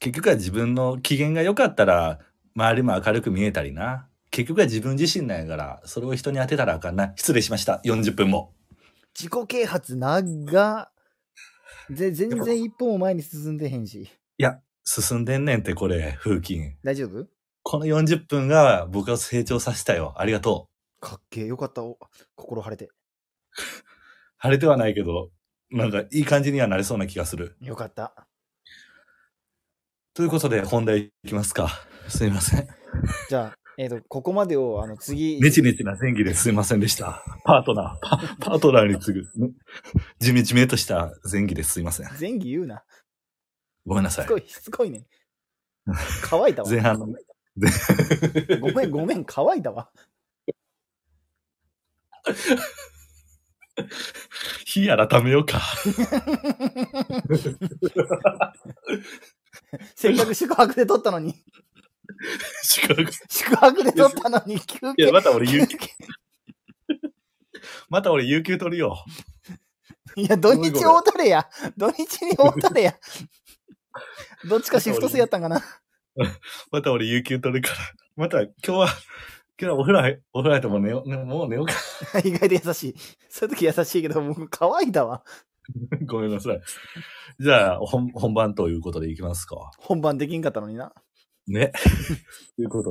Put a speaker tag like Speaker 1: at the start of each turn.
Speaker 1: 結局は自分の機嫌が良かったら周りも明るく見えたりな結局は自分自身なんやからそれを人に当てたらあかんな失礼しました40分も
Speaker 2: 自己啓発長っぜ全然一歩も前に進んでへんし。
Speaker 1: 進んでんねんってこれ風琴
Speaker 2: 大丈夫
Speaker 1: この40分が僕を成長させたよありがとう
Speaker 2: かっけえ。よかった。お心晴れて。
Speaker 1: 晴れてはないけどなんかいい感じにはなれそうな気がする
Speaker 2: よかった。
Speaker 1: ということで本題いきますかすいません
Speaker 2: じゃあ、えっ、と、ここまでを、あの、次、
Speaker 1: ネチネチな前儀ですいませんでした。パートナー、パパートナーに次ぐ、ね、じめじめとした前儀ですいません。
Speaker 2: 前儀言うな。
Speaker 1: ごめんなさ
Speaker 2: し
Speaker 1: い
Speaker 2: つ。こい、しつこ いね。乾いたわ。
Speaker 1: 前半の。
Speaker 2: ごめん、ごめん、乾いたわ。
Speaker 1: 日改めようか。
Speaker 2: せっかく宿泊で取った のに、
Speaker 1: 宿泊
Speaker 2: 宿泊で取ったのに、休
Speaker 1: いや、
Speaker 2: 憩。
Speaker 1: また俺有
Speaker 2: 休
Speaker 1: 給、
Speaker 2: 憩
Speaker 1: また俺有給取るよ。
Speaker 2: いや、土日大取れや。土日に大取れや。どっちかシフト制やった んかな。
Speaker 1: また俺有給取るから。また今日は、今日はお風呂入、お風呂入ってもう寝よう、ねもう寝ようか。
Speaker 2: 意外と優しい。そういう時優しいけど、もう乾いたわ。
Speaker 1: ごめんなさい。じゃあ、本、本番ということでいきますか。
Speaker 2: 本番できんかったのにな。
Speaker 1: ね。ということで